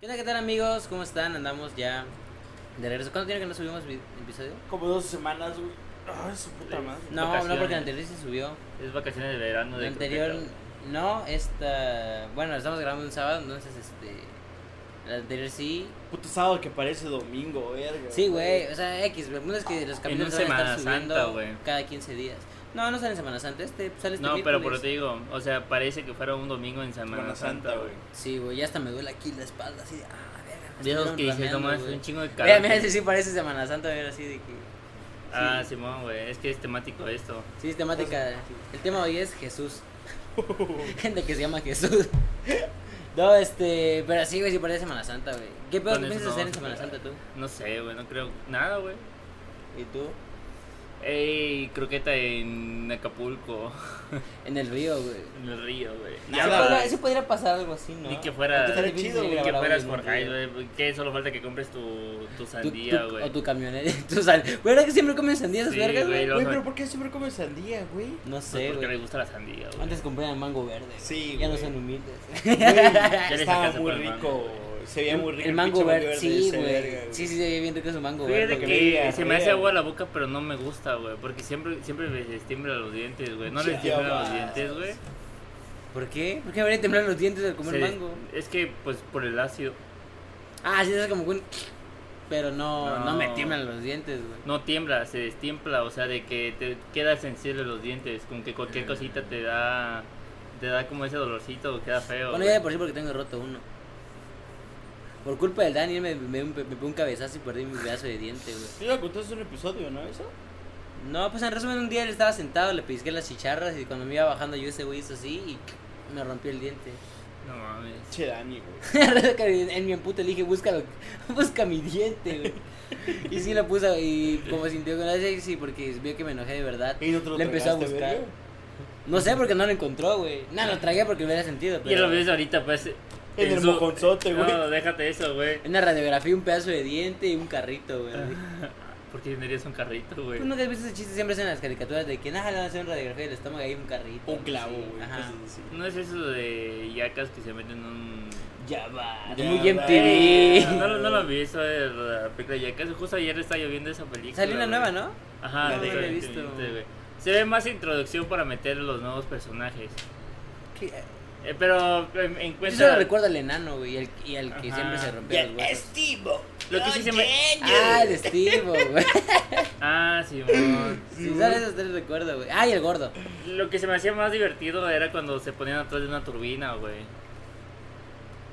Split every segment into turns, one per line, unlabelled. ¿Qué tal, qué tal, amigos? ¿Cómo están? Andamos ya de regreso. ¿Cuánto tiene que no subimos vi- episodio?
Como dos semanas, güey. Ay, su puta madre.
No, no,
Vacaciones.
porque el anterior sí subió.
Es vacaciones de verano.
El
De
anterior
croqueta.
no, esta... Bueno, estamos grabando un sábado, entonces este... El anterior sí.
Puto sábado que parece domingo, verga.
Sí, güey. O sea, X. El punto es que los capítulos
un
van a estar
Semana Santa,
subiendo
güey.
cada 15 días. No, no sale en Semana Santa. Este sale este
No, pero por
miércoles.
lo te digo, o sea, parece que fuera un domingo en Semana,
Semana
Santa, güey.
Sí, güey. Ya hasta me duele aquí la espalda, así de... Ah, verga. me
De esos
estuvieron
que dices,
rameando,
no mames,
güey".
un chingo de
Mira,
calor.
mira, ese sí parece Semana Santa, mira, así de que...
Ah, Simón, güey, es que es temático esto.
Sí, es temática. El tema hoy es Jesús. Gente que se llama Jesús. No, este. Pero sí, güey, sí parece Semana Santa, güey. ¿Qué pedo
Con
que
eso
piensas
no
hacer en
vamos a
Semana Santa tú?
No sé, güey, no creo nada, güey.
¿Y tú?
Ey, croqueta en Acapulco,
En el río, güey.
en el río, güey.
Eso
Nada,
podría-
güey.
Eso podría pasar algo así, ¿no?
Ni que fuera-
Aunque
Estaría
difícil
chido, güey,
Ni que
grabar
fueras
algo en un
Fortnite,
río.
güey. Que solo falta que compres tu, tu
Tú-
sandía,
tú-
güey.
O tu camioneta. Tu sand... Güey, ¿Verdad que siempre comen sandía esas
Sí,
vergas,
güey,
güey?
lo-
Güey, pero ¿por qué siempre comen sandía, güey?
No sé,
Pues porque le
güey.
gusta la sandía, güey.
Antes compraban mango verde. güey.
Sí,
Ya no
güey.
son humildes.
Ya le
Estaba
sacaste
muy
por el
rico.
mango,
se veía muy rico.
El mango
pinche
verde, sí,
ese, verga,
güey. Sí, sí, se ve bien rico su mango verde.
Fíjate
porque
que
güey.
brilla,
se me hace
brilla.
agua la boca, pero no me gusta, güey. Porque siempre, siempre les tiembla los dientes, güey. No les
Ya
tiembla los
vas.
dientes, güey.
¿Por qué? ¿Por qué habría temblar los dientes al comer
Se-
mango?
Es que, pues, por el ácido.
Ah, sí, es como un... Pero no, no,
No.
me tiemblan los dientes, güey.
No tiembla, se destiempla. O sea, de que te queda sensible los dientes. Como que cualquier cosita te da. Te da como ese dolorcito, queda feo.
Bueno,
güey.
ya de por sí porque tengo roto uno. Por culpa del Daniel me, me, me pegó un cabezazo y perdí mi pedazo de diente, güey.
Sí, lo contaste en un episodio, ¿no? Eso.
No, pues en resumen, un día él estaba sentado, le pisqué las chicharras y cuando me iba bajando yo ese güey hizo así y me rompió el diente.
No mames.
Che, Dani, güey.
en mi empute le dije, búscalo, busca mi diente, güey. Y sí lo puso y como sintió que no sé, sí, porque vio que me enojé de verdad.
Y no te lo
Le empezó a
tragaste,
buscar.
verga.
No sé porque no lo encontró, güey. No, lo tragué porque hubiera sentido,
Ya lo
pero...
ves ahorita, pues.
En el mojonzote, güey.
No, déjate eso, güey.
Una radiografía, un pedazo de diente y un carrito, güey.
¿Por qué tendrías un carrito, güey?
¿Tú nunca has visto ese chiste siempre hacen las caricaturas de que nada, le van a hacer una radiografía del estómago y hay un carrito?
Un clavo,
sí,
güey.
Ajá.
cosas así.
No es eso de yacas que se meten en un.
Ya va.
Ya
muy
va.
Eh,
MTV.
no, lo- no lo vi, eso de la película de Jackass. Justo ayer estaba lloviendo esa película.
Salió una
güey.
nueva, ¿no?
Ajá,
No,
de
no la he
Jackass,
visto.
güey. Se ve más introducción para meter los nuevos personajes.
Que-
Eh, pero en, en
Yo
cuenta.
solo recuerdo al enano, güey, y al, y al que
Pues Ajá.
siempre se
Y
rompía los
el
huesos.
Estivo.
Lo que sí se me-
Ah, el Steve, güey.
Ah, sí, mon.
Sí, solo esos tres recuerdo, güey. Ah, y el gordo.
Lo que se me hacía más divertido era cuando se ponían atrás de una turbina, güey.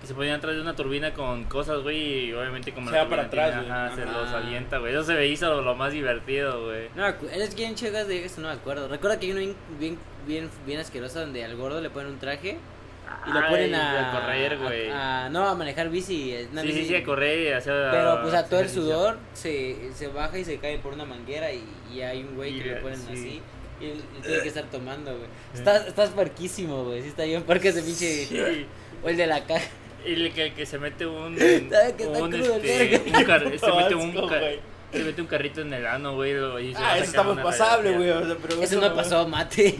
Que se ponían atrás de una turbina con cosas, güey, y obviamente como
Se va para
turbina
atrás,
tiene-
güey.
ajá, se
Ajá.
los avienta, güey. Eso se me hizo lo, lo más divertido, güey.
No, me acu- eres bien chicas de eso, no me acuerdo. Recuerdo que hay uno bien, bien, bien, bien asqueroso donde al gordo le ponen un traje y lo
Ay,
ponen
de
a,
correr, güey.
a- a- no, a manejar bici. eh, una
Sí, sí,
bici.
sí, a correr y hacer.
Pero pues a todo el
ejercicio.
sudor se, se baja y se cae por una manguera y, y hay un güey
Y
que le
le-
ponen
sí.
así. Y él- él tiene que estar tomando, güey. Estás, estás parquísimo, güey. Sí, está bien parque ese pinche.
Sí.
O el de la caja.
Y el que, que se mete un.
Sabe que está
un,
crudo el
este,
verga.
un car- se,
Puto
mete un
asco,
ca-
güey.
se mete un carrito en el ano, güey. lo- y se va a
Ah, eso
sacar
está muy
una
pasable, güey.
radiografía.
o sea, pero
Eso no pasó, mate.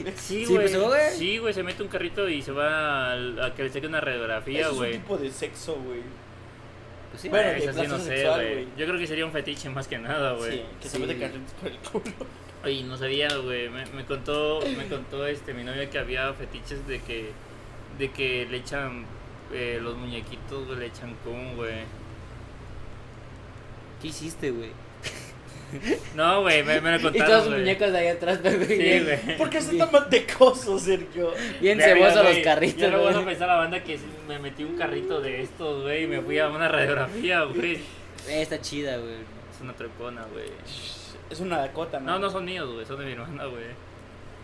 Sí,
Sí, güey.
pasó, güey.
Sí, güey, se mete un carrito y se va al- a, que le saque una radiografía,
Eso es
güey.
un tipo de sexo, güey.
Pues sí,
Bueno,
Ah,
de
eso sí, no
placer
sé,
sexual,
güey.
güey.
Yo creo que sería un fetiche más que nada, Ah, güey.
Sí, que se
Sí.
mete carritos por el culo.
Oye, no sabía, güey. Me, me contó, me contó este mi novia que había fetiches de que, de que le echan eh, los muñequitos, güey, le echan cum, güey.
¿Qué hiciste, güey?
No, güey, me, me lo
Y
contaron,
todos los
güey.
muñecos de ahí atrás, güey.
Sí, güey.
¿Por qué son tan mantecosos, Sergio?
¿eh? Bien
Verga,
ceboso los
güey. Yo
carritos,
luego
güey.
no pensaba la banda que me metí un carrito de estos, güey, y me fui a una radiografía, güey.
Eh, está chida, güey.
Es una trepona, güey.
Es una Dakota, ¿no?
No, no son míos, güey, son de mi hermana, güey.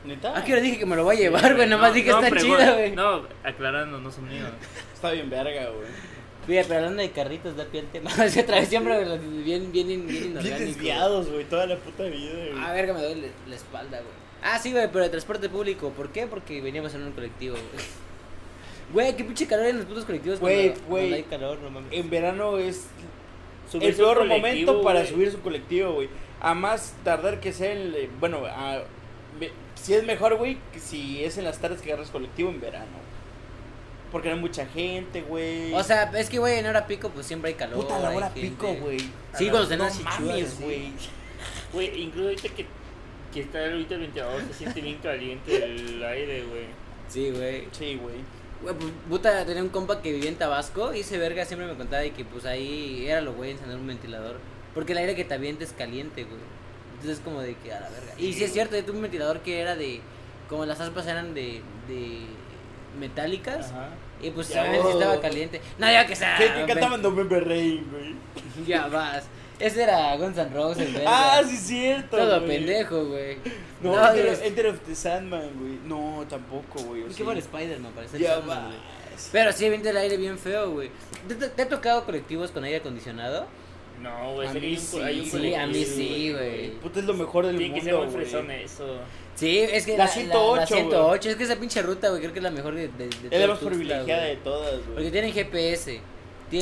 ¿Neta?
Ah, que ahora dije que me lo voy a llevar, güey. Nomás
No,
dije,
no,
está
pero
chida,
igual-
güey.
No, aclarando, no son míos.
Está bien verga, güey.
Fíjate, pero hablando de carritos, da pie al tema. Es que otra vez siempre me los- bien, bien, bien,
Bien
inorgánico.
desviados, güey, toda la puta vida, güey.
A ver, que me duele la espalda, güey. Ah, sí, güey, pero de transporte público. ¿Por qué? Porque veníamos en un colectivo, güey. Güey, qué pinche calor hay en los putos colectivos
Güey,
cuando,
güey.
cuando hay calor, no mames.
En verano es el
Subirse a un
peor
colectivo,
momento para
güey.
subir su colectivo, güey. A más tardar que sea el. eh, Bueno, a- ve- si es mejor, güey, que si es en las tardes que agarras colectivo en verano. Porque no hay mucha gente, güey.
O sea, es que, güey, en hora pico, pues siempre hay calor.
puta la
hay
hora
gente.
pico, güey.
Sí,
A
cuando
las-
se
No
así chudas,
mames,
así.
güey.
Güey, incluso ahorita que, que está ahorita el ventilador se siente bien caliente el aire, güey.
Sí, güey.
Sí, güey.
Güey, pues, puta, tenía un compa que vivía en Tabasco y ese verga siempre me contaba de que, pues, ahí era lo güey encender un ventilador. Porque el aire que te avienta es caliente, güey. Entonces, como de que a la verga. Y sí es cierto, yo tuve un ventilador que era de. Como las aspas eran de. de metálicas.
Ajá.
Y pues,
Ya,
obviamente
oh.
estaba caliente. No, ya que sea.
¿Qué, qué cantaban November Rain, güey?
ven- Ya vas. Ese era Guns N' Roses, verga.
Ah, sí, es cierto.
Todo
güey.
pendejo, güey.
No,
No,
Enter,
Dios.
Enter of the Sandman, güey. No, tampoco, güey. o
¿Qué
sí.
por Spider-Man? Parece el
Ya
Sandman,
va.
güey. Pero sí, viene el aire bien feo, güey. ¿Te, te, te ha tocado colectivos con aire acondicionado?
No, güey,
A
sí,
mí
hay un,
sí,
hay un
sí,
colectivo,
a mí sí, güey.
Puta, es lo mejor del
Tiene que ser
mundo,
muy fresón eh.
güey.
eso.
Sí, es que
La
La,
108, güey.
108, es que esa pinche ruta, güey, creo que es la mejor de. de, de
Es la
todo
más
Tuxtla,
privilegiada
güey.
de todas,
Porque
güey.
tienen GPS,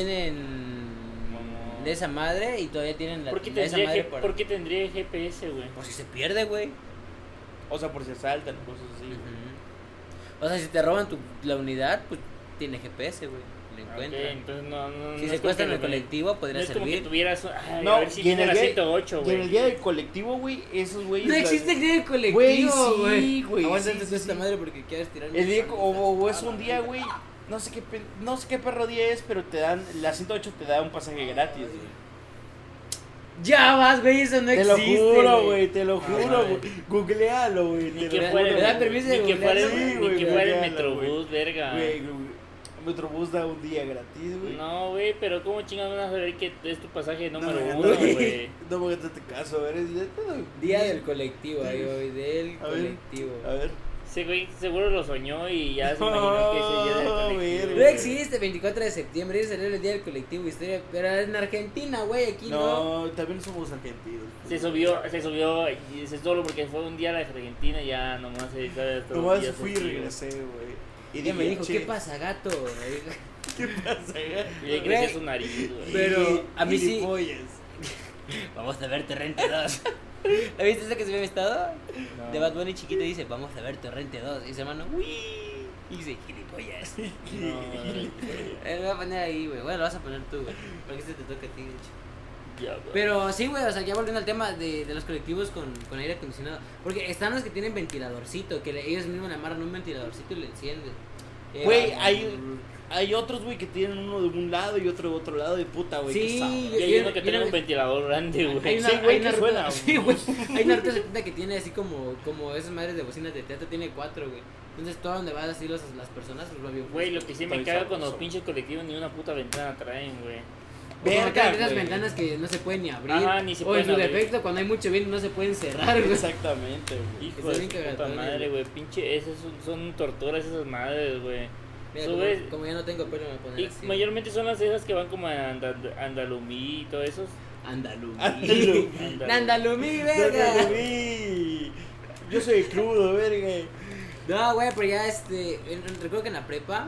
tienen.
Mamón.
de esa madre y todavía tienen la.
¿Por qué
la esa
tendría,
madre
G-
por,
por qué tendría GPS, güey?
por si se pierde, güey.
O sea, por si asaltan, cosas así. güey.
Ujú. O sea, si te roban tu, la unidad, pues tiene GPS, güey. Lo
Ah,
encuentran.
ok, entonces no, no, no
Si se
es como que
cuesta en el
lo-
colectivo,
No
podría
es como que
servir.
tuvieras. ay,
No,
a ver
y
si
en
tiene
el
la
día-
108,
Y en el
güey.
día del colectivo, güey, esos güeyes.
No
la-
existe el día del
Güey,
colectivo,
sí,
güey.
güey,
Aguanta
sí,
antes
sí,
de esta
sí.
madre porque quieres tirar.
El día, o, o es un día, güey. No sé, qué, pe- no sé qué perro día es, pero te dan. La 108 te da un pasaje gratis, güey.
Ya vas, güey, eso no
Te lo
existe.
juro, güey, te lo
Ah,
juro,
madre.
güey. Googlealo, güey.
Ni
Te
que
lo
fuera
juro,
¿Me dan
el-
güey.
permiso de
ni que fuera el-
googlearlo?
ni
Sí,
que
güey,
fuera el
googlealo, güey.
Metrobús, verga.
Güey, güey, Metrobús da un día gratis, güey.
No, güey, pero ¿cómo chingados van a saber que es tu pasaje número
no,
uno,
güey.
güey?
No me gastes caso, a ver, es neta, güey.
Día del colectivo, ahí voy, del
A ver,
colectivo.
a ver.
Ese güey seguro lo soñó y ya se imaginó que ese día del
No,
colectivo.
No
Oh, verga.
güey.
existe 24 de septiembre, es el día del colectivo, historia, pero en Argentina, güey, aquí no.
No, también somos argentinos.
Se subió, se subió, y se solo porque fue un día a la Argentina y ya nomás se dedica a estos
Nomás
días
fui y
festivos.
regresé, güey.
Y
dije,
me dijo,
"Che,
¿qué pasa, gato? Me dijo.
¿Qué pasa, güey?
Y le
Güey.
creció su nariz, güey.
Pero a mí sí-
Gilipollas.
Vamos a ver Torrente 2. ¿La viste esa que se me ha estado?
No.
De Bad Bunny chiquito y dice, vamos a ver Torrente 2. Y dice, hermano, uy. Y dice, gilipollas.
No, güey.
Eh, Lo voy a poner ahí, güey. Bueno, lo vas a poner tú, güey. Porque este te toca a ti, de hecho.
Ya, güey.
Pero sí, güey, o sea, ya volviendo al tema de, de los colectivos con, con aire acondicionado. Porque están los que tienen ventiladorcito, que le- ellos mismos le amarran un ventiladorcito y le encienden. Eh,
Güey,
ah,
hay, hay otros, güey, que tienen uno de un lado y otro de otro lado. Y puta, güey,
Sí,
qué
Y
sabroso.
hay uno que
yo-
tiene
yo-
un ventilador grande,
Hay
güey.
una,
Sí, güey,
hay una
que
ruta-
suena,
sí, güey. Hay una ruta 70 que tiene así como, como esas madres de bocinas de teatro, tiene cuatro, güey. Entonces, todo donde van así los, las personas, los va bien.
Güey, lo que sí me
Estoy
caga con los
sabroso.
pinches colectivos ni una puta ventana traen, güey.
Verga,
Verga,
esas
güey.
ventanas que no se pueden ni abrir.
Ajá, ni se
o en
pueden
su
abrir.
defecto, cuando hay mucho viento, no se pueden cerrar, güey.
Exactamente, güey.
Hijo
Está
de
bien
su puta
cagatones,
madre,
güey.
güey. Pinche, esas son, son torturas esas madres, güey.
Mira,
Subes-
como, como ya no tengo pelo, me voy a poner
Y
así.
mayormente son las esas que van como a Andal- Andalumí y todo eso.
Andalumí.
Andalumí.
Andalumí,
Verga,
verga.
güey. Yo soy crudo, verga.
No, güey, pero ya este. en- en- Recuerdo que en la prepa.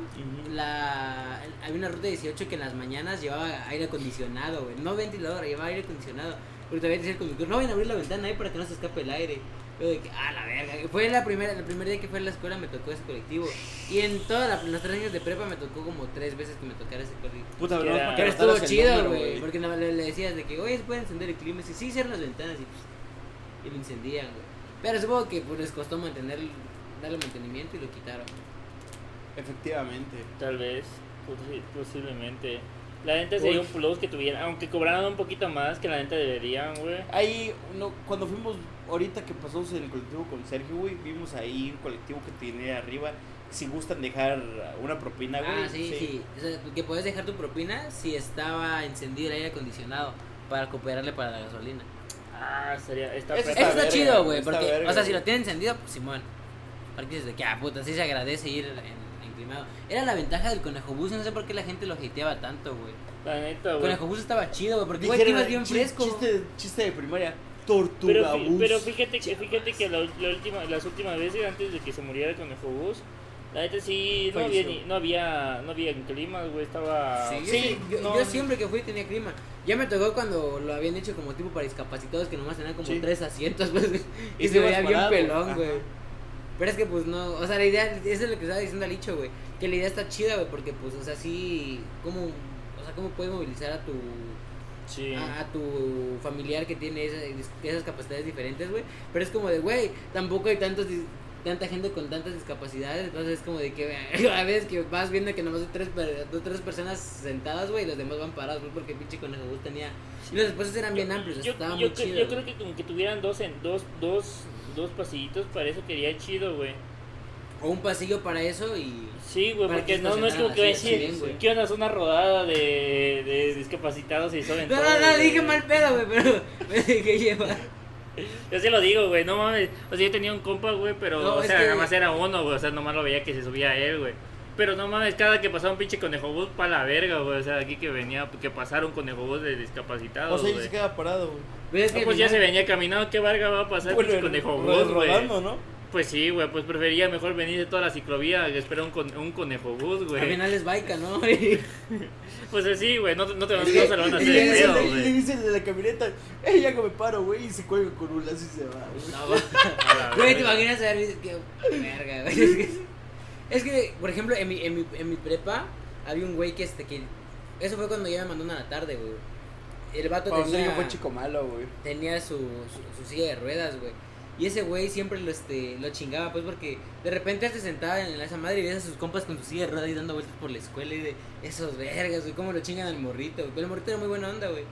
La, había una ruta 18 que en las mañanas llevaba aire acondicionado, güey. No ventilador, llevaba aire acondicionado. Porque todavía decía el conductor, no vayan a abrir la ventana ahí para que no se escape el aire. Yo de que, ah, la verga. Fue la primera, el primer día que fue a la escuela me tocó ese colectivo. Y en todos los tres años de prepa me tocó como tres veces que me tocara ese colectivo.
Puta,
Que
bro,
era-
para que
Pero
notaras
estuvo
el
chido,
número,
güey. Porque nada más le, le decías de que, oye, se puede encender el clima. Y dice, sí, cierran las ventanas. Y, pues, y lo encendían, güey. Pero supongo que pues, les costó mantener, darle mantenimiento y lo quitaron.
Efectivamente.
Tal vez, posi- posiblemente. La neta sería
Uy.
un plus que tuvieran, aunque cobraran un poquito más que la neta deberían, güey.
Ahí, no, cuando fuimos, ahorita que pasamos en el colectivo con Sergio, güey, vimos ahí un colectivo que tiene arriba. Si gustan dejar una propina, güey.
Ah, sí, sí. O sea, que puedes dejar tu propina si estaba encendido el aire acondicionado para cooperarle para la gasolina.
Ah, sería. Está
Eso
Eso
perra.
está
verga,
chido, güey,
está
porque,
verga,
o sea, si
güey.
lo tiene encendido, pues Simón. Porque dices de que, ah, puta, sí se agradece ir en, enclimado. Era la ventaja del conejo bus, no sé por qué la gente lo hateaba tanto, güey.
La neta,
El
güey.
conejo bus estaba chido, güey, porque, güey, te
Ah, Dijeron,
ibas bien
chi-
fresco.
Chiste, chiste de primaria.
Pero,
Tortuga
fi-
bus.
pero fíjate que, fíjate que la, ul- la última, las últimas veces antes de que se muriera el conejo bus, la neta sí no había,
Falleció.
ni- no había, no había clima, güey. Estaba.
Sí, yo,
Sí,
sí, yo,
no.
yo siempre que fui tenía clima. Ya me tocó cuando lo habían hecho como tipo para discapacitados que nomás tenían como
Sí.
tres asientos, pues, y,
Y
se
te
veía
ibas
bien
parado.
pelón,
Ajá.
güey. Pero es que pues no, o sea, la idea, eso es lo que estaba diciendo Alicho, güey, que la idea está chida, güey, porque pues, o sea, sí, ¿cómo, o sea, cómo puedes movilizar a tu,
Sí.
a, a tu familiar que tiene esa- esas capacidades diferentes, güey. Pero es como de, güey, tampoco hay tantos dis- tanta gente con tantas discapacidades. Entonces es como de que a veces que vas viendo que nomás hay tres, per- dos, tres personas sentadas, güey, y los demás van parados, güey, porque pinche conejo Gus tenía. Y los espacios eran bien amplios,
yo,
estaba
yo
muy
cre-
chido.
yo
güey.
creo que como que tuvieran dos en dos, dos, dos pasillitos para eso quería chido, güey.
O un pasillo para eso y.
Sí, güey,
Para
porque
que
no, no es como que voy a
estacionaran así,
decir,
así bien, güey.
¿qué onda? Es una rodada de, de discapacitados y sobre
No, no, no, dije mal pedo, güey, pero me dejé llevar.
Yo sí lo digo, güey, no mames. O sea, yo tenía un compa, güey, pero,
No,
o
es
sea,
que-
nada más era uno, güey. O sea, nomás lo veía que se subía a él, güey. Pero no mames, cada que pasaba un pinche conejo bus pa' la verga, güey. O sea, aquí que venía, que pasara un conejo bus de
O
discapacitados,
sea,
güey.
ahí se queda parado, güey.
Pero es
No,
que
pues
al
ya se
final-
venía caminando, ¿qué verga va a pasar pinche conejo
ro-
bus, güey?
rodando, ¿no?
Pues sí, güey, pues prefería mejor venir de toda la ciclovía que esperar un, con- un conejo bus,
Al
güey.
final es baica, ¿no? Y-
Pues así, güey, no, no te no se lo van a
Y
hacer
le
de
dice el
pedo,
de- y le
güey.
dice el de la camioneta, eh, ya que me paro, güey, y se cuelga con un lazo y se va, güey.
No, güey.
A la
Güey, te
verga.
imaginas haber visto que verga, güey. Es que, es que, por ejemplo, en mi, en mi, en mi prepa había un güey que este que eso fue cuando ya me mandó una a la tarde, güey. El vato
Cuando
tenía
Sergio fue chico malo, güey.
tenía su, su, su silla de ruedas, güey. Y ese güey siempre lo, este, lo chingaba, pues, porque de repente él se sentaba en esa madre y veías a sus compas con su silla de ruedas y dando vueltas por la escuela y de esos vergas, güey, cómo lo chingan al morrito, güey. Pero el morrito era muy buena onda, güey.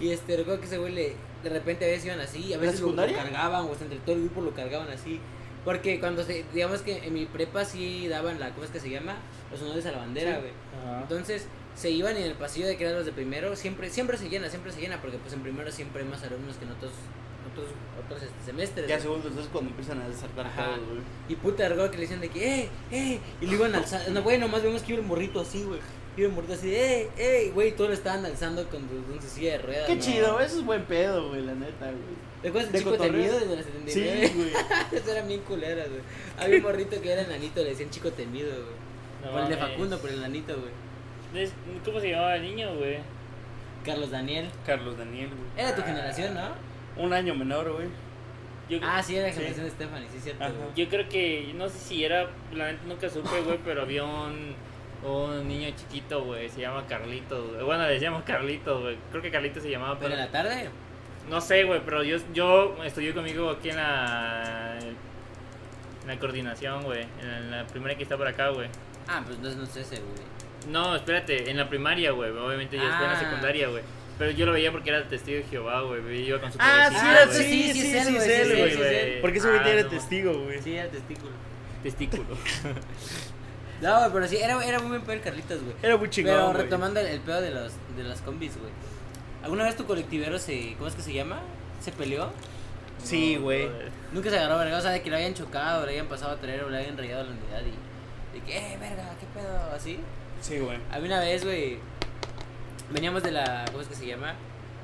Y este, recuerdo que ese güey le, de repente a veces iban así, a
¿La
veces lo, lo
secundaria?
cargaban, o sea, entre todo el grupo lo cargaban así. Porque cuando se, digamos que en mi prepa sí daban la, ¿cómo es que se llama? Los honores a la bandera,
Sí.
güey.
Ajá.
Entonces se iban y en el pasillo de que eran los de primero, siempre, siempre se llena, siempre se llena, porque pues en primero siempre hay más alumnos que en otros, otros, otros este, semestres.
Ya
güey.
segundo, entonces cuando empiezan a saltar
Ajá.
todos, güey.
Y puta ergo que le decían de que, eh, eh, y lo iban alzando, no, güey, nomás vemos que iba el morrito así, güey. Iba el morrito así, eh, eh, güey, y todos lo estaban alzando con, tu- con su silla de ruedas.
Qué
¿no?
chido, güey, eso es buen pedo, güey, la neta, güey.
¿Te acuerdas del
de
chico
cotorreo.
temido desde la
Sí,
79?
güey.
Esos eran bien culeras, güey. Había un morrito que era enanito, le decían chico temido, güey.
No
por el de
mames.
Facundo, por el enanito, güey.
Es- ¿Cómo se llamaba el niño, güey?
Carlos Daniel.
Carlos Daniel, güey.
Ah.
Era tu generación, ¿no?
Un año menor, güey.
Yo,
Ah, sí, era la
Sí.
generación de Stephanie, sí, es cierto.
Ajá.
güey.
yo creo que, no sé si era, la neta nunca supe, güey, pero había un, un niño chiquito, güey, se llama Carlitos, güey. Bueno, le decíamos Carlitos, güey. Creo que Carlitos se llamaba,
¿Pero
pero...
en la tarde?
No sé, güey, pero yo, yo estudié conmigo aquí en la, en la coordinación, güey. En la primera que está por acá, güey.
Ah, pues entonces no es ese, güey.
No, espérate, en la primaria, güey. Obviamente yo estoy en la
Ah.
secundaria, güey. Pero yo lo veía porque era testigo de Jehová, güey. Iba con su
Ah,
cabecita,
sí, era-
güey.
sí, sí, sí,
güey,
sí,
es
sí,
él,
güey,
sí, es él.
güey.
Porque ese güey
Ah,
era
no.
testigo, güey.
Sí, era testículo.
Testículo.
No, güey, pero sí, era, era muy buen pedo el Carlitos, güey.
Era muy chingón,
Pero
güey.
retomando el, el pedo de, los, de las combis, güey. ¿Alguna vez tu colectivero se. ¿Cómo es que se llama? ¿Se peleó?
Sí,
No,
güey.
Nunca se agarró, verga. O sea, de que lo habían chocado, le habían pasado a traer o le habían rayado la unidad y. De que, eh, verga, qué pedo, así.
Sí, güey.
A mí una vez, güey. Veníamos de la. ¿Cómo es que se llama?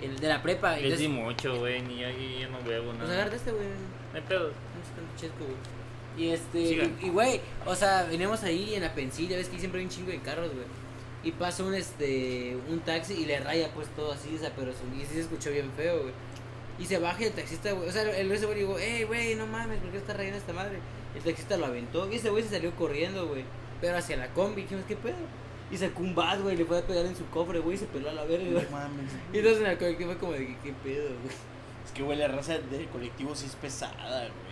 El- de la prepa.
Les di
entonces,
mucho, güey. Ni yo, y yo no bebo
pues
nada.
agárrate este, güey.
No hay pedo.
No sé tanto chesco, güey. Y este,
Sigan.
y y, güey, o sea, veníamos ahí en la pensilla, ves que siempre hay un chingo de carros, güey. Y pasa un este un taxi y le raya pues todo así, o sea, pero su- y sí se escuchó bien feo, güey. Y se baja y el taxista, güey, o sea, el ese güey dijo, "Ey, güey, no mames, ¿por qué está rayando esta madre?" El taxista lo aventó y ese güey se salió corriendo, güey, pero hacia la combi, dijimos, "¿Qué pedo?" Y sacó un bat, güey, le fue a pegar en su cofre, güey, y se peló a la verga. güey.
No mames.
Y entonces en la combi fue como de, que, "¿Qué pedo, güey?"
Es que, güey, la raza del colectivo sí es pesada, güey.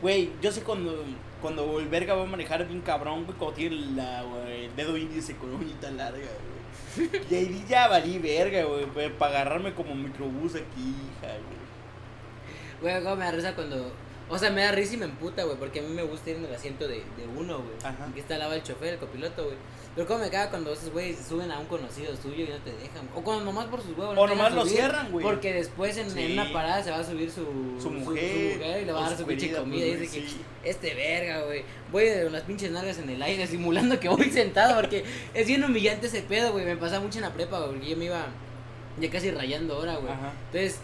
Güey, yo sé cuando, cuando el verga va a manejar bien cabrón, güey, cuando tiene la, güey, el dedo índice con uñita larga, güey. Y ahí ya valí verga, güey, para agarrarme como microbús aquí, hija, güey.
Güey, cómo me da risa cuando. O sea, me da risa y me emputa, güey, porque a mí me gusta ir en el asiento de, de uno, güey.
Ajá.
Que está al lado del chofer, el copiloto, güey. Pero cómo me caga cuando esos güeyes suben a un conocido suyo y no te dejan. O cuando nomás por sus huevos. no
O
te
nomás
dejan
lo
subir,
cierran, güey.
Porque después en, en una
Sí.
parada se va a subir su,
Su mujer,
mujer y le va
o
a dar
su
su pinche
querida,
comida. Y
pues,
dice que,
sí.
este verga, güey. Voy de las pinches nalgas en el aire simulando que voy sentado porque es bien humillante ese pedo, güey. Me pasa mucho en la prepa, güey. porque Yo me iba ya casi rayando ahora, güey.
Ajá.
Entonces,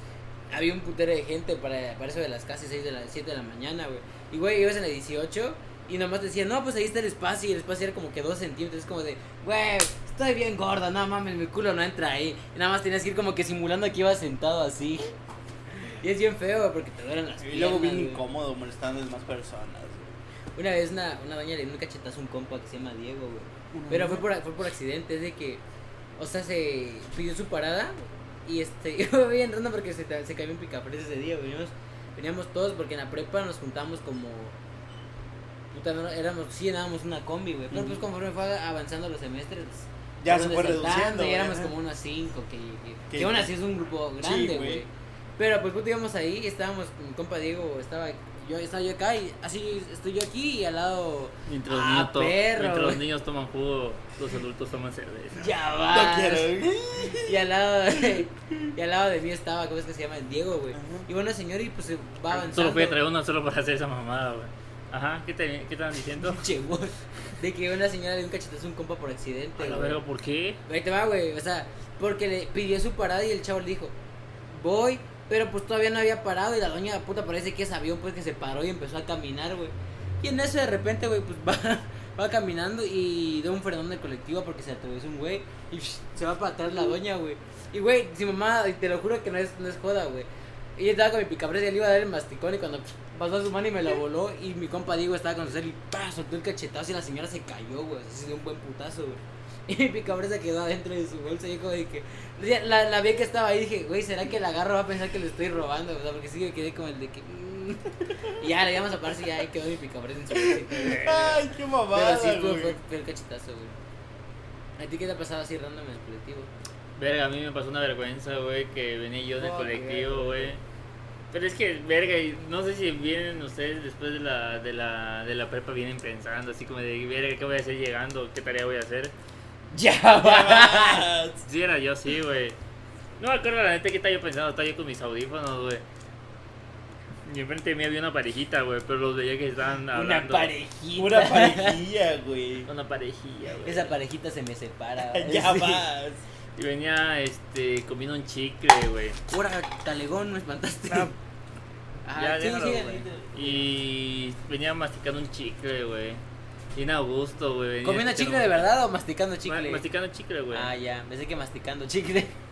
había un putero de gente para, para eso de las casi 6 de las 7 de la mañana, güey. Y, güey, ibas en la 18 y nomás te decían, no, pues ahí está el espacio. Y el espacio era como que 2 centímetros. Es como de, güey, estoy bien gorda, no mames, mi culo no entra ahí. Y nada más tenías que ir como que simulando que ibas sentado así. Y es bien feo, güey, porque te duelen las
Y
piernas,
luego bien
güey.
incómodo molestando a las demás personas, güey.
Una vez una, una doña le dio un cachetazo a un compa que se llama Diego, güey.
Una
Pero
doña.
fue por, fue por accidente, es de que. O sea, se pidió su parada y este. Yo me voy entrando porque se, ta- se cayó un picafres ese día, güey. Veníamos, veníamos todos porque en la prepa nos juntamos como. Puta, no, éramos, sí, éramos una combi, güey. Pero pues
Ujú.
conforme fue avanzando los semestres.
Ya se
fueron
fue
desertando
reduciendo.
Y éramos
ajá.
como unos cinco, que, que-
Que-
que aún así es un grupo grande,
Sí,
güey.
güey.
Pero pues puto íbamos ahí, estábamos, mi compa Diego estaba, yo estaba yo acá y así estoy yo aquí y al lado
Mientras, los
Ah,
niños to-
perro,
mientras los
güey.
niños toman jugo, los adultos toman cerveza.
ya
No
va.
quiero. eh.
y al lado de, y al lado de mí estaba, ¿cómo es que se llama? Diego, güey.
Ajá.
Y bueno, señor, y pues se va avanzando.
Solo fui a traer una solo para hacer esa mamada, güey. Ajá, ¿qué, te, ¿qué estaban diciendo?
Che, güey. De que una señora le dio un cachetazo a un compa por accidente.
A la
güey.
verga, ¿por qué?
Ahí te va, güey. O sea, porque le pidió su parada y el chavo le dijo, voy, pero pues todavía no había parado y la doña puta parece que es avión, pues que se paró y empezó a caminar, güey. Y en eso de repente, güey, pues va, va caminando y da un frenón del colectivo porque se atravesó un güey y se va para atrás la doña, güey. Y, güey, si mamá, y te lo juro que no es, no es joda, güey. Y yo estaba con mi picapresa y le iba a dar el masticón y cuando pasó su mano y me la voló y mi compa Diego estaba con su cel y ¡pah! soltó el cachetazo y la señora se cayó, güey. Así se dio un buen putazo, güey. Y mi picapresa quedó adentro de su bolsa y yo como de que... La, la vi que estaba ahí y dije, güey, ¿será que la agarro va a pensar que le estoy robando? O sea, porque sí me quedé como el de que... mm. Y ya, le llamamos a pararse y ya ahí quedó mi picapresa en su bolsita, güey.
Ay, qué
Pero
mamada,
sí, pues, fue,
güey.
fue, fue el cachetazo, güey. ¿A ti qué te ha pasado así random en el colectivo?
Verga, a mí me pasó una vergüenza, güey, que venía yo en el
Oh,
colectivo, güey. Pero es que, verga, y no sé si vienen ustedes después de la, de la, de la prepa, vienen pensando así como de, verga, ¿qué voy a hacer llegando? ¿Qué tarea voy a hacer?
¡Ya
Ya vas.
Sí, era yo, sí, güey. No me acuerdo la neta que estaba yo pensando, estaba yo con mis audífonos, güey. Y enfrente de mí había una parejita, güey, pero los veía que estaban
Una
hablando.
parejita.
Pura parejilla, güey.
Una parejilla, güey.
Esa parejita se me separa. güey.
Ya
Sí.
vas.
Y venía, este, comiendo un chicle, güey.
Pura talegón, me espantaste.
No.
Ajá,
Ya,
sí,
déjalo,
sí,
güey.
ahorita.
Y venía masticando un chicle, güey. Bien a gusto, güey. venía
¿Comiendo
masticando-
chicle de verdad o masticando
Ma-
chicle?
masticando chicle, güey.
Ah, ya, pensé que masticando chicle.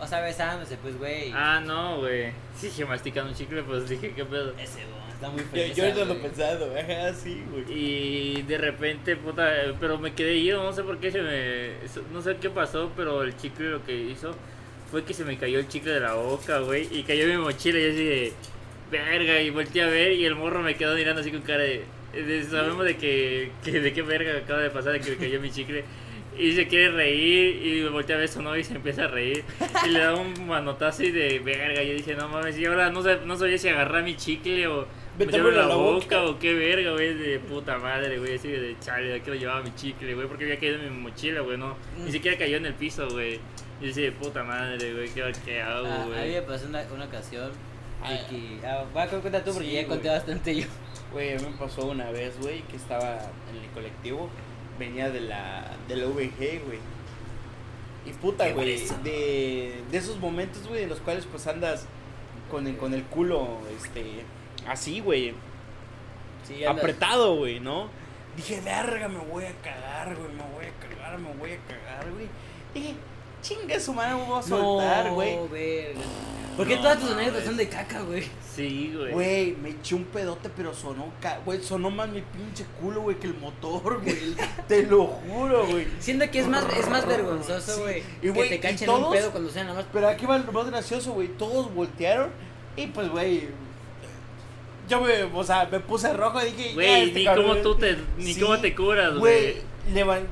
O sea, besándose, pues, güey.
Ah, no, güey. Sí, dije masticando chicle, pues dije, qué pedo.
Ese, güey, está muy
Yo,
feliz.
yo no lo he pensado, ajá, sí, güey.
Y de repente, puta, eh, pero me quedé ido, no sé por qué se me. eso- No sé qué pasó, pero el chicle lo que hizo fue que se me cayó el chicle de la boca, güey. Y cayó en mi mochila y yo así de. Verga, y volteé a ver y el morro me quedó mirando así con cara de. de- sabemos de que, que- de qué verga acaba de pasar, de que me cayó mi chicle. Y se quiere reír y me voltea a ver su novio y se empieza a reír. Y le da un manotazo y de verga. Yo dije, no mames, y ahora no, sab- no sabía si agarrar mi chicle o
Metérmelo
meterme
a
la
la
boca
boca.
o qué verga, güey, de puta madre, güey. Así de chale, aquí lo llevaba mi chicle, güey, porque había caído en mi mochila, güey, no. Ni siquiera cayó en el piso, güey. Y así de puta madre, güey, ¿qué, qué hago,
Ah, a mí
güey?
me pasó una, una ocasión de
Ah.
que. Ah, va, cu- cuenta tú porque
Sí,
ya conté
güey.
bastante yo.
Güey, a mí me pasó una vez, güey, que estaba en el colectivo. Venía de la, de la VG, güey. Y puta,
Qué
güey.
grueso.
De, de esos momentos, güey, en los cuales pues andas con el, con el culo, este, así, güey.
Sí,
Ah,
andas-
apretado, güey, ¿no? Dije, verga, me voy a cagar, güey, me voy a cagar, me voy a cagar, güey. Dije, chinga su madre, me voy a soltar,
No,
güey.
verga. ¿Por qué
No
todas tus
mames.
anécdotas son de caca, güey?
Sí, güey.
Güey, me eché un pedote, pero sonó, ca- güey, sonó más mi pinche culo, güey, que el motor, güey. Te lo juro, güey.
Siento que es más, es más vergonzoso,
Sí.
güey.
Y,
Que
güey,
te
¿y
cachen un
todos?
pedo cuando sean nada más.
Pero aquí va lo más gracioso, güey. Todos voltearon y pues, güey, yo me, o sea, me puse rojo y dije, ya,
Güey,
este
ni
cabrón-
cómo tú te, ni
Sí,
cómo te curas,
Güey,
güey.
levan-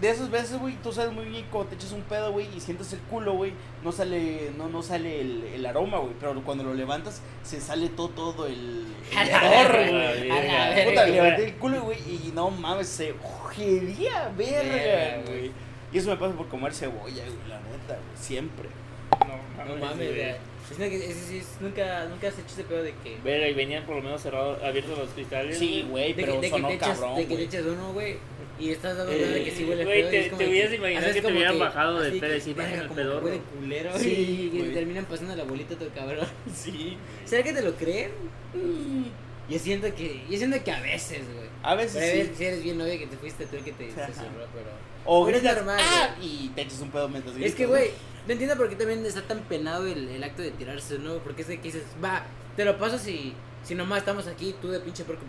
de esas veces, güey, tú sabes muy bien cuando te echas un pedo, güey, y sientes el culo, güey, no sale, no, no sale el, el aroma, güey, pero cuando lo levantas, se sale todo, todo el,
A
el
la
hedor,
verga,
güey.
a la verga.
Puta, levanté el culo, güey, y no mames, se ojería,
Verga,
verga,
güey.
güey. Y eso me pasa por comer cebolla, güey, la neta, güey, siempre.
No
No
mames,
mames, güey.
güey. Es una que- es- es- es- nunca, nunca has hecho ese pedo de que.
Verga, y venían por lo menos cerrados, abiertos los cristales.
Sí, güey,
de que-
pero
de que
sonó
te echas-
cabrón,
de que te
güey.
echas uno, güey. Y estás dando
Eh,
cuenta de que sí huele
güey,
feo. y
te-
es como
te
que-
hubieras imaginado
haces
que te
como
hubieran bajado del
así
pedo y decir,
verga,
"Verga,
como que
pedorro".
Huele culero
Sí,
y, y
güey.
terminan pasando la bolita a tu cabrón.
Sí.
¿Será que te lo creen? Yo siento que, yo siento que a veces, güey. Pero
A
hay
veces
veces
sí.
si eres bien novia que te fuiste tú el que te
Ajá.
susurró, pero...
O
Pero es
gritas,
normal, ¿eh?
"Ah", y te echas un pedo mientras
Es
gritas,
que, güey, no entiendo por qué también está tan penado el, el acto de tirarse, ¿no? Porque es de que dices, va, te lo paso si, Si nomás estamos aquí, tú de pinche porque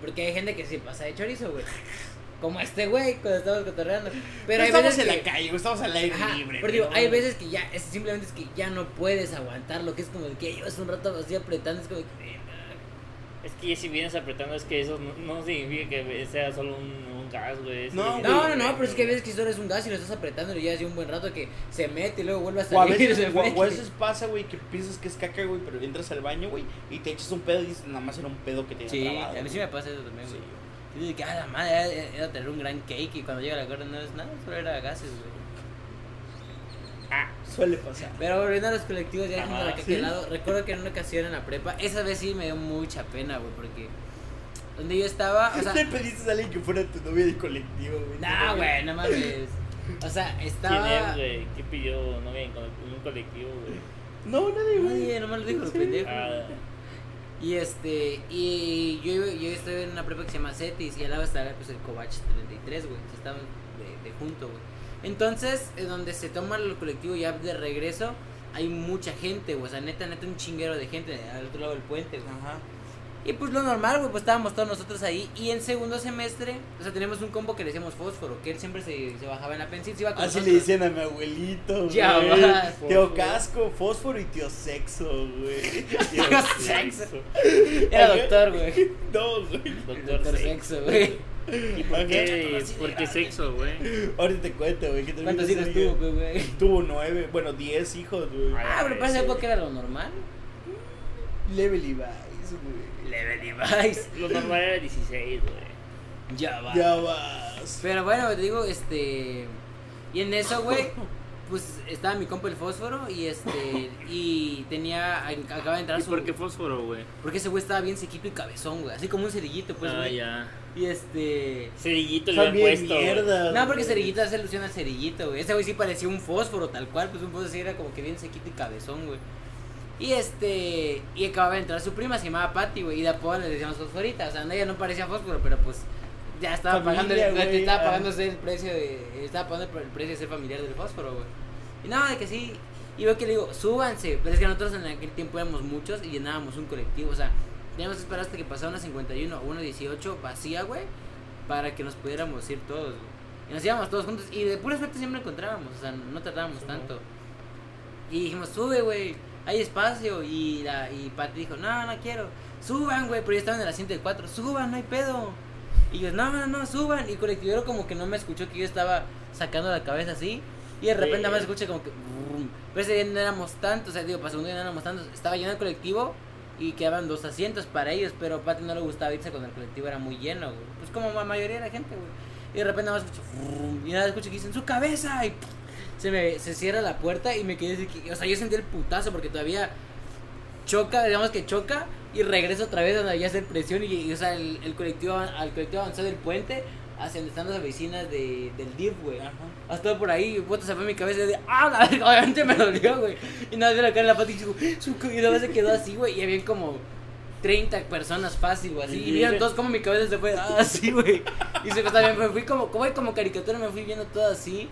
Porque hay gente que se pasa de chorizo, güey. Como este güey cuando estamos cotorreando. Pero
Pero
hay
estamos
veces
en
que-
la calle, güey, estamos al aire
Ajá,
libre.
pero digo,
güey,
hay
no,
veces que ya, es- simplemente es que ya no puedes aguantar lo que es como de que llevas un rato así apretando, es como de que,
Es que si vienes apretando, es que eso no, no significa que sea solo un, un gas, güey.
No,
Sí,
No,
sí,
no, no,
güey,
pero es que ves que solo es un gas y lo estás apretando y ya hace un buen rato que se mete y luego vuelve a
O a,
salir.
veces,
se
o a- o a
mete.
veces pasa, güey, que piensas que es caca, güey, pero entras al baño, güey, y te echas un pedo y dices, nada más era un pedo que te
Sí,
trabado.
a mí sí
güey.
me pasa eso también, güey.
Sí.
Yo digo que, ah, la madre, era, era tener un gran cake y cuando llega la gorda no es nada, solo era gases, güey.
Ah, suele pasar.
Pero volviendo a los colectivos, ya dejando
Ah,
la caca
¿sí?
de lado, recuerdo que en una ocasión en la prepa, esa vez sí me dio mucha pena, güey, porque donde yo estaba, o sea,
¿Te pediste a alguien que fuera tu novia de colectivo, güey?
nah, güey, no mames. O sea,
¿Quién es,
estaba.
güey? ¿Qué pidió? No, bien, con en un colectivo, güey.
No, nadie, güey.
Nadie, nomás lo dijo el pendejo.
Ah,
Y este, y yo, iba- yo estoy en una prepa que se llama Cetis y al lado estaba pues, el Covach 33, güey, que estaban de, de junto, güey. Entonces, eh, donde se toma el colectivo ya de regreso, hay mucha gente, güey, o sea, neta, neta, un chinguero de gente al otro lado del puente, güey.
Ajá.
Y pues lo normal, güey, pues estábamos todos nosotros ahí y en segundo semestre, o sea, tenemos un combo que le decíamos fósforo, que él siempre se, se bajaba en la pensil, se iba con
Así le
nosotros.
dicen a mi abuelito,
Ya
güey.
vas,
Tío
fósforo.
casco, fósforo y tío sexo, güey.
Tío sexo. Era doctor, güey.
No, güey.
Doctor,
Doctor
sexo.
sexo, güey.
¿Y por qué?
Ajá.
¿Por qué sexo, güey?
Ahorita te cuento, güey. que termina
¿Cuántos hijos
así,
tuvo, güey, güey?
Tuvo nueve, bueno, diez hijos, güey.
Ay.
Ah, pero para esa época era lo normal.
Level Levi's, güey.
Level Device.
Lo normal era 16, güey.
Ya va.
Ya vas.
Pero bueno, te digo, este. Y en eso, güey, pues estaba mi compa el fósforo y este. Y tenía. Acaba de entrar
¿Y
su.
por qué fósforo, güey?
Porque ese güey estaba bien sequito y cabezón, güey. Así como un cerillito, pues,
ah,
güey.
ya.
y este.
Cerillito le
Están
habían
bien
puesto. güey.
mierda.
No, porque
güey.
cerillito hace alusión al cerillito, güey. Ese güey sí parecía un fósforo, tal cual. Pues un fósforo así era como que bien sequito y cabezón, güey. Y este. Y acababa de entrar su prima, se llamaba Patty, güey. Y de apodo le decíamos fosforita. O sea, no, ella no parecía fósforo, pero pues. Ya estaba
Familia,
pagando el,
güey,
estaba
ah.
pagándose el precio de. Estaba pagando el precio de ser familiar del fósforo, güey. Y nada, de que sí. Y veo que le digo, súbanse. Pero es que nosotros en aquel tiempo éramos muchos y llenábamos un colectivo. O sea, teníamos que esperar hasta que pasara una 51 o una 18 vacía, güey. Para que nos pudiéramos ir todos, güey. Y nos íbamos todos juntos. Y de pura suerte siempre encontrábamos. O sea, no tardábamos
Ujú.
tanto. Y dijimos, sube, güey. Hay espacio. Y, la, y Pati dijo, no, no quiero. Suban, güey. Pero yo estaba en el asiento de cuatro. Suban, no hay pedo. Y yo, no, no, no, suban. Y el colectivero como que no me escuchó que yo estaba sacando la cabeza así. Y de repente nada más escuché como que... brum. Pero ese día no éramos tantos, o sea, digo, para segundo día no éramos tantos. Estaba lleno el colectivo y quedaban dos asientos para ellos, pero a Pati no le gustaba irse cuando el colectivo era muy lleno, güey. Pues como la mayoría de la gente, güey. Y de repente nada más escucho... brum, Y nada más escucho que dicen, ¡su cabeza! Y se me se cierra la puerta y me quedé así que- o sea yo sentí el putazo porque todavía choca digamos que choca y regreso otra vez donde había hacer presión y, y, o sea el, el colectivo avan- al colectivo avanzó del puente hacia donde están las oficinas de, del DIF, güey.
Ajá.
Hasta por ahí, y puta, se fue mi cabeza y de, ah, la verga", obviamente me dolió, güey. Y nada, de la cara en la pata y digo, su cu-", y nada más se quedó así, güey. Y habían como 30 personas fácil, güey, así. Y vieron todos como mi cabeza se fue, ah, así, güey. Y se también me fui como, como, como caricatura, me fui viendo todo así.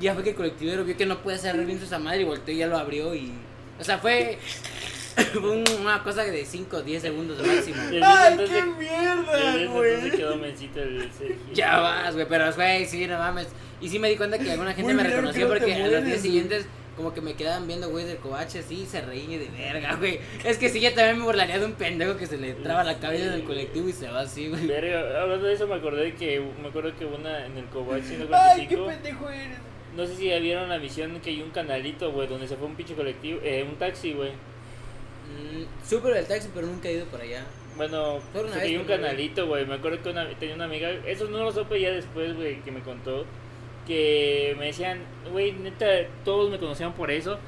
Y Ya fue que el colectivero vio que no podía cerrar bien su esa madre y volteó y ya lo abrió y. O sea, fue. fue un- una cosa de 5 o 10 segundos máximo.
Desde ese
¡Ay,
entonces-
qué
desde
mierda,
ese entonces
güey!
quedó mencito el Sergio.
Ya vas, güey, pero güey, sí, no mames. Y sí me di cuenta que alguna gente
Güey,
me
milagro
reconoció
que no te
porque a los
mueres,
días
güey.
siguientes como que me quedaban viendo, güey, del cobache así y se reían y de verga, güey. Es que sí, yo también me burlaría de un pendejo que se le traba la cabeza del colectivo y se va así, güey.
Verga, hablando de eso me acordé que me acuerdo que una en el Cobach
¡Ay, qué
145,
pendejo eres!
no sé si ya vieron la misión que hay un canalito, güey, donde se fue un pinche colectivo, eh, un taxi, güey.
Mm, súper del taxi, pero nunca he ido por allá.
Bueno,
Solo una
se
vez,
cayó un
pero, güey.
canalito, güey. Me acuerdo que una- tenía una amiga, eso no lo supe ya después, güey, que me contó. Que me decían, güey, neta, todos me conocían por eso.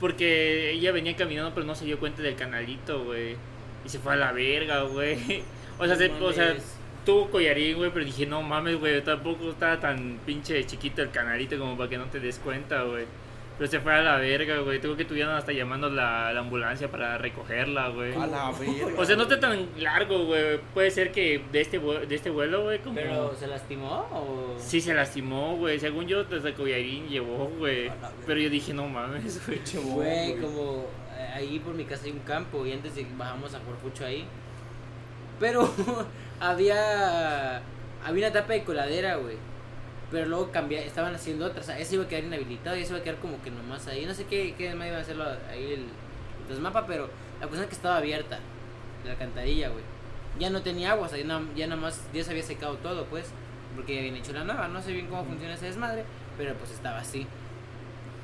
Porque ella venía caminando, pero no se dio cuenta del canalito, güey. Y se fue a la verga, güey. O sea, se-
No
o sea,
mames.
tuvo collarín, güey, pero dije, no mames, güey, tampoco estaba tan pinche chiquito el canalito como para que no te des cuenta, güey. Pero se fue a la verga, güey. Tuvo que estuvieron hasta llamando la, la ambulancia para recogerla, güey.
A la verga.
O sea, no está tan largo, güey. Puede ser que de este, vu- de este vuelo, güey, como...
¿Pero se lastimó o...?
Sí se lastimó, güey. Según yo, desde Collarín llevó, güey.
A la verga.
Pero yo dije, no mames, güey.
Pinche bobo,
Güey,
güey.
como eh, ahí por mi casa hay un campo y antes de que bajamos a jugar fucho ahí. Pero había había una tapa de coladera, güey. Pero luego cambié, estaban haciendo otra, o sea, ese iba a quedar inhabilitado y ese iba a quedar como que nomás ahí. No sé qué, qué más iba a hacerlo ahí el, los mapas, pero la cuestión es que estaba abierta la alcantarilla, güey. Ya no tenía agua, o sea, ya, na- ya nada más, ya se había secado todo, pues, porque ya habían hecho la nueva. No sé bien cómo funciona ese desmadre, pero pues estaba así.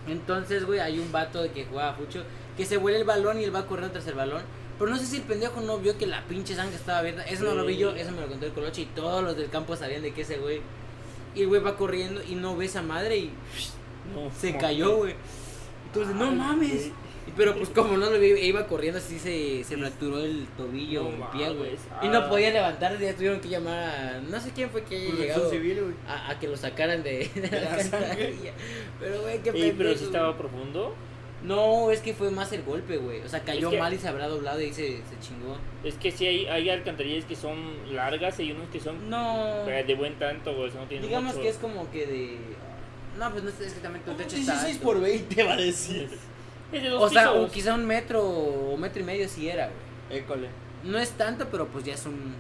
Entonces, güey, hay un vato de que jugaba fucho que se vuelve el balón y él va corriendo tras el balón. Pero no sé si el pendejo no vio que la pinche sangre estaba abierta. Eso no lo vi yo, eso me lo contó el coloche y todos los del campo sabían de que ese güey. Y el güey va corriendo y no ve esa madre y
No,
se
mames.
cayó, güey. Entonces, no
Ay,
mames.
güey.
Y Pero pues como no lo vi, iba corriendo así se, se fracturó el tobillo,
No
el pie, güey.
mames.
Y no
Ah.
podía levantar, ya tuvieron que llamar a no sé quién fue que
Pues,
haya llegado
Protección civil, güey.
a, a que lo sacaran de, de
De la
la
sangre.
alcantarilla. Pero güey, qué
Ey, pero
pendejo,
sí
güey.
estaba profundo.
No, es que fue más el golpe, güey. O sea, cayó
que-
mal y se habrá doblado y se, se chingó.
Es que sí hay, hay alcantarillas que son largas y hay unos que son
No.
eh, de buen tanto, güey. o sea, no tienen
Digamos
mucho-
que es como que de. No, pues no sé, es que también tu
Un
techo está.
16
alto.
por 20 va a decir.
Es de dos
O sea, o
pisos.
quizá un metro o metro y medio si era, güey.
École.
No es tanto, pero pues ya es un.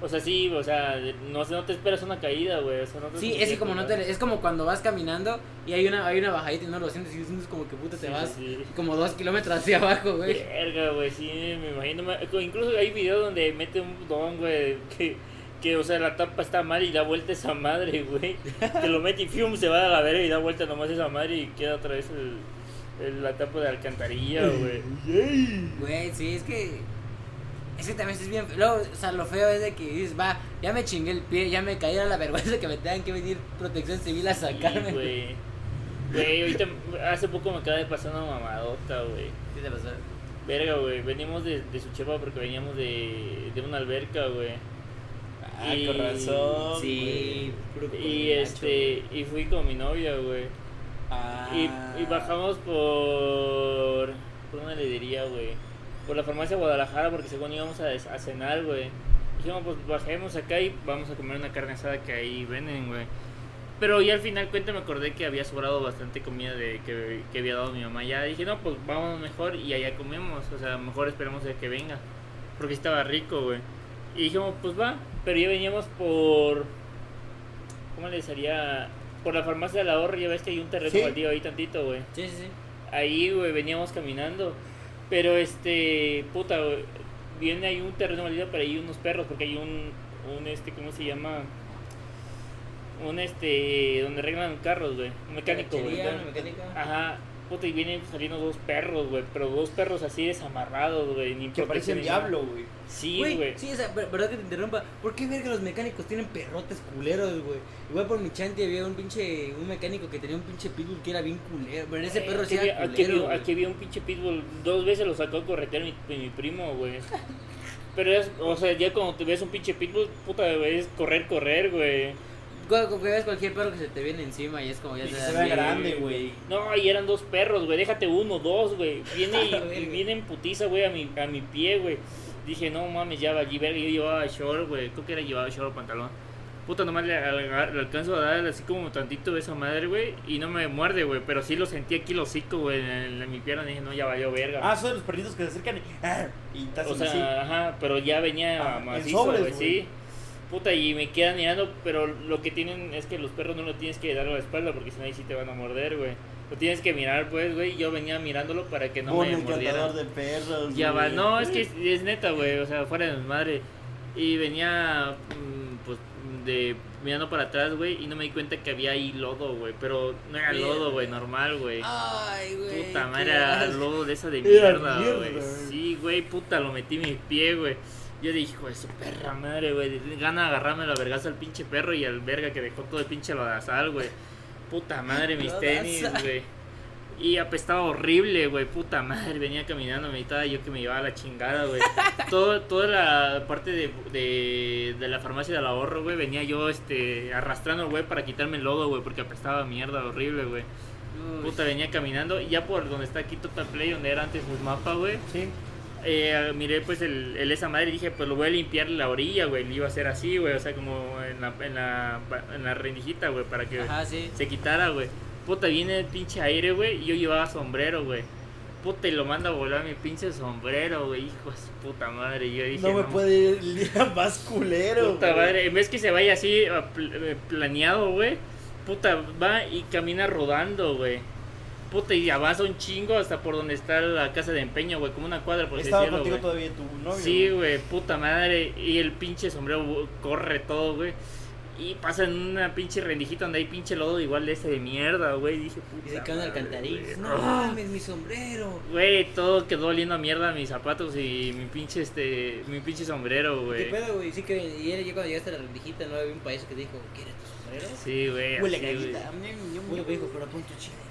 O sea, sí, o sea, no, sé, no te esperas una caída, güey. O sea, no te
Sí, es que como no
esperas.
te. Es como cuando vas caminando y hay una, hay una bajadita y no lo sientes y es como que puta te
Sí,
vas
sí, sí.
como dos kilómetros hacia abajo, güey.
Verga, güey, sí, me imagino. ma- Incluso hay videos donde mete un don, güey, que, que, o sea, la tapa está mal y da vuelta esa madre, güey. Que lo mete y fium, se va a la verga y da vuelta nomás esa madre y queda otra vez el, el- la tapa de alcantarilla, güey.
Güey, sí, es que. Es que también es bien. fe- Luego, o sea, lo feo es de que dices, va, ya me chingué el pie, ya me caí a la vergüenza que me tengan que venir protección civil a sacarme.
Sí, güey. Güey, ahorita, hace poco me acaba de pasar una mamadota, güey.
¿Qué te pasó?
Verga, güey, venimos de, de Suchepa porque veníamos de, de una alberca, güey.
Ah,
Y-
con razón. güey.
Sí, puro
Y
corriacho,
este, y fui con mi novia, güey.
Ah.
Y, y bajamos por. ¿Por una diría, güey? Por la farmacia de Guadalajara, porque según íbamos a, des- a cenar, güey. Dijimos, pues bajemos acá y vamos a comer una carne asada que ahí venden, güey. Pero ya al final cuenta me acordé que había sobrado bastante comida de que, que había dado mi mamá. Ya dije, no, pues vamos mejor y allá comemos. O sea, mejor esperemos a que venga. Porque estaba rico, güey. Y dijimos, pues va. Pero ya veníamos por. ¿Cómo le sería? Por la farmacia de la ahorro, ya ves que hay un terreno
Sí.
baldío ahí tantito, güey.
Sí, sí, sí.
Ahí, güey, veníamos caminando. Pero este, puta, güey, viene ahí un terreno maldito, pero hay unos perros, porque hay un, un este, ¿cómo se llama? Un este, donde arreglan carros, güey. Un mecánico, güey.
Lechería,
¿no?
mecánica.
Ajá, puta, y vienen saliendo dos perros, güey, pero dos perros así desamarrados, güey. ni
Que
protección
parece el
ni nada.
diablo, güey.
Sí,
Güey,
güey.
sí, o sea, ver- verdad que te interrumpa. ¿Por qué ver que los mecánicos tienen perrotes culeros, güey? Igual por mi chante había un pinche, un mecánico que tenía un pinche pitbull que era bien culero. Pero ese
Eh,
perro sí
aquí,
era
había- aquí
culero.
había-
güey.
aquí había un pinche pitbull. Dos veces lo sacó a corretear mi, mi primo, güey. Pero es, o sea, ya cuando te ves un pinche pitbull, puta, güey, es correr, correr, güey.
Cu- cu- ves cualquier perro que se te viene encima y es como ya
Y que
te
se
da
vea
miedo.
grande, güey.
No, y eran dos perros, güey, déjate uno, dos, güey. Viene
A ver,
y, y
güey.
viene en putiza, güey, a mi, a mi pie, güey. Dije, no mames, ya valí, verga, yo llevaba short, güey. Creo que era llevaba short o pantalón. Puta, nomás le, alga- le alcanzo a dar así como tantito de esa madre, güey. Y no me muerde, güey. Pero sí lo sentí aquí el hocico, güey, en, en mi pierna. Dije, no, ya valió verga.
Ah, son de los perritos que se acercan y. ah, y te hacen
O sea,
así.
ajá, pero ya venía
Ah, en
macizo,
sobres,
güey,
güey.
sí. Puta, y me quedan mirando, pero lo que tienen es que los perros no lo tienes que dar a la espalda porque si no ahí sí te van a morder, güey. Lo tienes que mirar, pues, güey. Yo venía mirándolo para que no
Pon
me
el
mordiera.
cantador de perros.
Ya va,
güey.
no, es que es, es neta, güey, o sea, fuera de mi madre. Y venía, mm, pues, de mirando para atrás, güey, y no me di cuenta que había ahí lodo, güey. Pero no era
Mierda.
lodo, güey, normal, güey.
Ah,
Ay, güey.
Puta
qué
madre, era
asco.
lodo de esa de
Era
mierda,
mierda,
güey.
güey.
Sí, güey, puta, lo metí en mi pie, güey. Yo dije, hijo de su perra madre, güey. Gana agarrarme la vergaza al pinche perro y al verga que dejó todo el pinche lodazal, güey. Puta madre, mis tenis,
Lodazal.
güey. Y apestaba horrible, güey. Puta madre, venía caminando, me estaba yo que me llevaba la chingada, güey. Todo, toda la parte de, de, de la farmacia del ahorro, güey, venía yo este, arrastrando, güey, para quitarme el lodo, güey, porque apestaba a mierda horrible, güey.
Uy,
Puta, venía caminando y ya por donde está aquí Total Play, donde era antes un mapa, güey.
Sí.
eh, miré pues el, el esa madre y dije, pues lo voy a limpiar la orilla, güey. Le iba a hacer así, güey. O sea, como en la, en la, en la rendijita, güey, para que
Ajá, sí.
se quitara, güey. Puta, viene el pinche aire, güey, y yo llevaba sombrero, güey. Puta, y lo manda a volar mi pinche sombrero, güey. Hijo de su puta madre. Y yo dije,
No me puede ir el día más culero.
Puta
güey.
madre, en vez que se vaya así a pl- eh, planeado, güey. Puta, va y camina rodando, güey. Puta, y avanza un chingo hasta por donde está la casa de empeño, güey. Como una cuadra, por así
Estaba
pues, decirlo,
contigo
güey.
todavía tu novio.
Sí, güey, puta madre. Y el pinche sombrero güey, corre todo, güey. Y pasa en una pinche rendijita donde hay pinche lodo igual de ese de mierda, güey. Dije, puta.
Y se cae una
madre,
alcantarilla.
güey. ¡Ah!
No mames, mi sombrero.
Güey, todo quedó oliendo a mierda mis zapatos y mi pinche este. Mi pinche sombrero,
¿Qué
güey.
pedo, güey? Sí que y era yo cuando llegaste a la rendijita, no había un país que te dijo, ¿quieres tu sombrero?
Sí, güey.
Huele a
así, güey.
galleta.
Uno me dijo, pero pon tu chile aquí.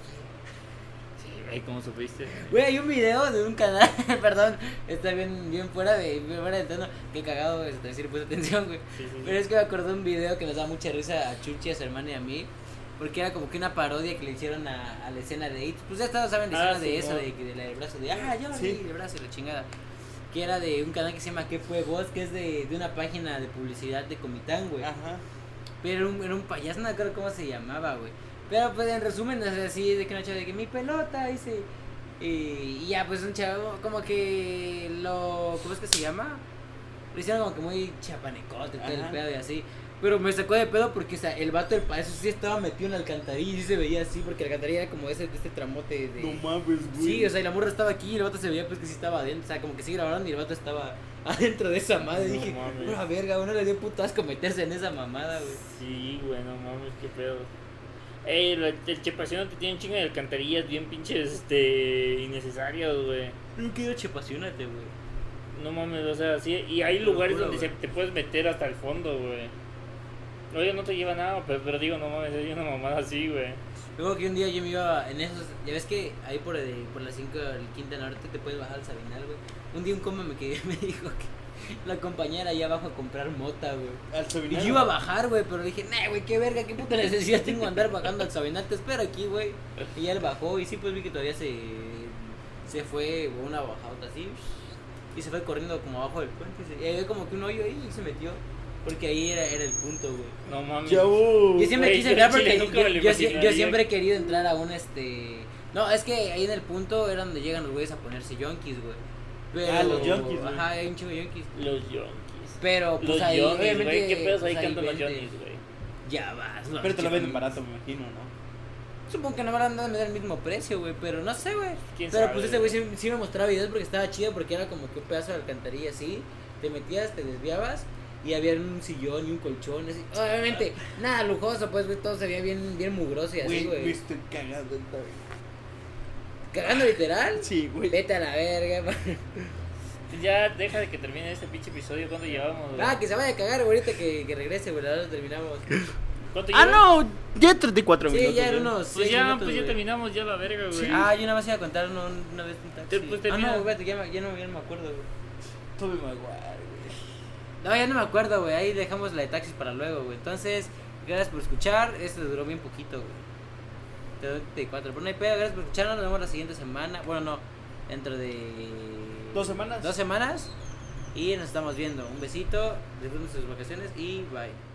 Sí, güey, ¿cómo supiste?
Güey, hay un video de un canal, perdón, está bien, bien fuera de, bien fuera de tono, qué cagado, güey, es decir, puse atención, güey.
Sí, sí,
Pero
sí.
es que me acordé de un video que nos da mucha risa a Chuchi, a su hermana y a mí, porque era como que una parodia que le hicieron a, a la escena de It. Pues ya todos saben la
Ah,
escena de
sí,
eso,
no.
de, que- de la del brazo, de, ah, yo
Sí.
el brazo y la chingada. Que era de un canal que se llama ¿Qué fue vos? Que es de, de una página de publicidad de Comitán, güey.
Ajá.
Pero era un, era un payaso, no me acuerdo cómo se llamaba, güey. Pero pues en resumen, es así de que una chava de que mi pelota, dice. Y, y ya, pues un chavo, como que lo. ¿Cómo es que se llama? Lo hicieron como que muy chapanecote, todo el
Ajá.
pedo y así. Pero me sacó de pedo porque o sea, el vato del payaso sí estaba metido en la alcantarilla y sí se veía así, porque la alcantarilla era como ese, este tramote de.
No mames, güey.
Sí, o sea, y la morra estaba aquí y el vato se veía pues que sí estaba adentro. O sea, como que sí grabaron y el vato estaba adentro de esa madre.
No
dije,
mames.
pura verga, uno le dio puto asco meterse en esa mamada, güey.
Sí, güey, no mames, qué pedo. Ey, lo- el Chepación te tiene un chingo de alcantarillas bien pinches, este, innecesarios, güey.
Nunca he ido a Chepacionate, güey.
No mames, o sea, sí, y hay
Qué
lugares
locura,
donde se,
güey.
te puedes meter hasta el fondo, güey. Oye, no te lleva nada, pero, pero digo, no mames, es una mamada así, güey.
Luego que un día yo me iba en esos. Ya ves que ahí por, el- por las 5 del Quinta Norte te puedes bajar al Sabinal, güey. Un día un coma me, que, me dijo que la compañera allá abajo a comprar mota, güey.
Al
Y
souvenir.
yo iba a bajar, güey, pero dije, nah, güey, qué verga, qué puta necesidad tengo de andar bajando al Sabinal, te espero aquí, güey. Y ya él bajó, y sí, pues vi que todavía se, se fue o una bajada así, y se fue corriendo como abajo del puente. y se- Y había como que un hoyo ahí y se metió, porque ahí era, era el punto, güey.
No mames.
Chavo.
Yo siempre
Güey,
quise
yo
entrar
en Chile
porque
nunca
yo,
me lo
yo sie-
imaginaría.
yo siempre he querido entrar a un este. No, es que ahí en el punto era donde llegan los güeyes a ponerse yonkis, güey. Pero,
Ah, los yonkis, güey.
Ajá, hay un chingo de yonkis.
Los yonkis.
Pero pues
Los
ahí.
yonkis, güey,
obviamente,
qué pedos ahí
pues,
cantan los
venden.
yonkis, güey.
Ya vas, no,
Pero te lo
chico.
venden barato, me imagino, ¿no?
Supongo que no van a andar el mismo precio, güey. Pero no sé, güey.
¿Quién
Pero
sabe,
pues ese güey
güey?
sí, sí me mostraba videos porque estaba chido, porque era como que un pedazo de alcantarilla así. Te metías, te desviabas y había un sillón y un colchón. Así. Obviamente,
Ah.
nada lujoso, pues, güey. Todo se veía bien, bien mugroso y así,
Güey, me
güey.
estoy cagando esta vez.
Cagando literal.
Sí, güey.
Vete a la verga.
Pues Ya deja de que termine este pinche episodio. ¿Cuánto llevamos, güey?
Ah, que se vaya a cagar güey, ahorita que, que regrese, güey. Ahora lo terminamos.
¿Cuánto
Ah,
lleva?
no. Ya 34
Sí,
minutos.
ya
güey.
eran unos.
Pues
seis
ya,
minutos,
pues ya
güey.
terminamos ya la verga, güey.
Ah, yo nada más iba a contar uno- una vez un taxi.
Te- pues,
ah,
termina.
no, güey, ya, me- ya no, ya no me acuerdo, güey.
Tobey Maguire, güey.
No, ya no me acuerdo, güey. Ahí dejamos la de taxis para luego, güey. Entonces, gracias por escuchar. Esto duró bien poquito, güey. Te doy 34. Pero no hay pedo, gracias por escucharnos. Nos vemos la siguiente semana. Bueno, no, dentro de.
Dos semanas.
Dos semanas. Y nos estamos viendo. Un besito. Disfruten sus vacaciones y bye.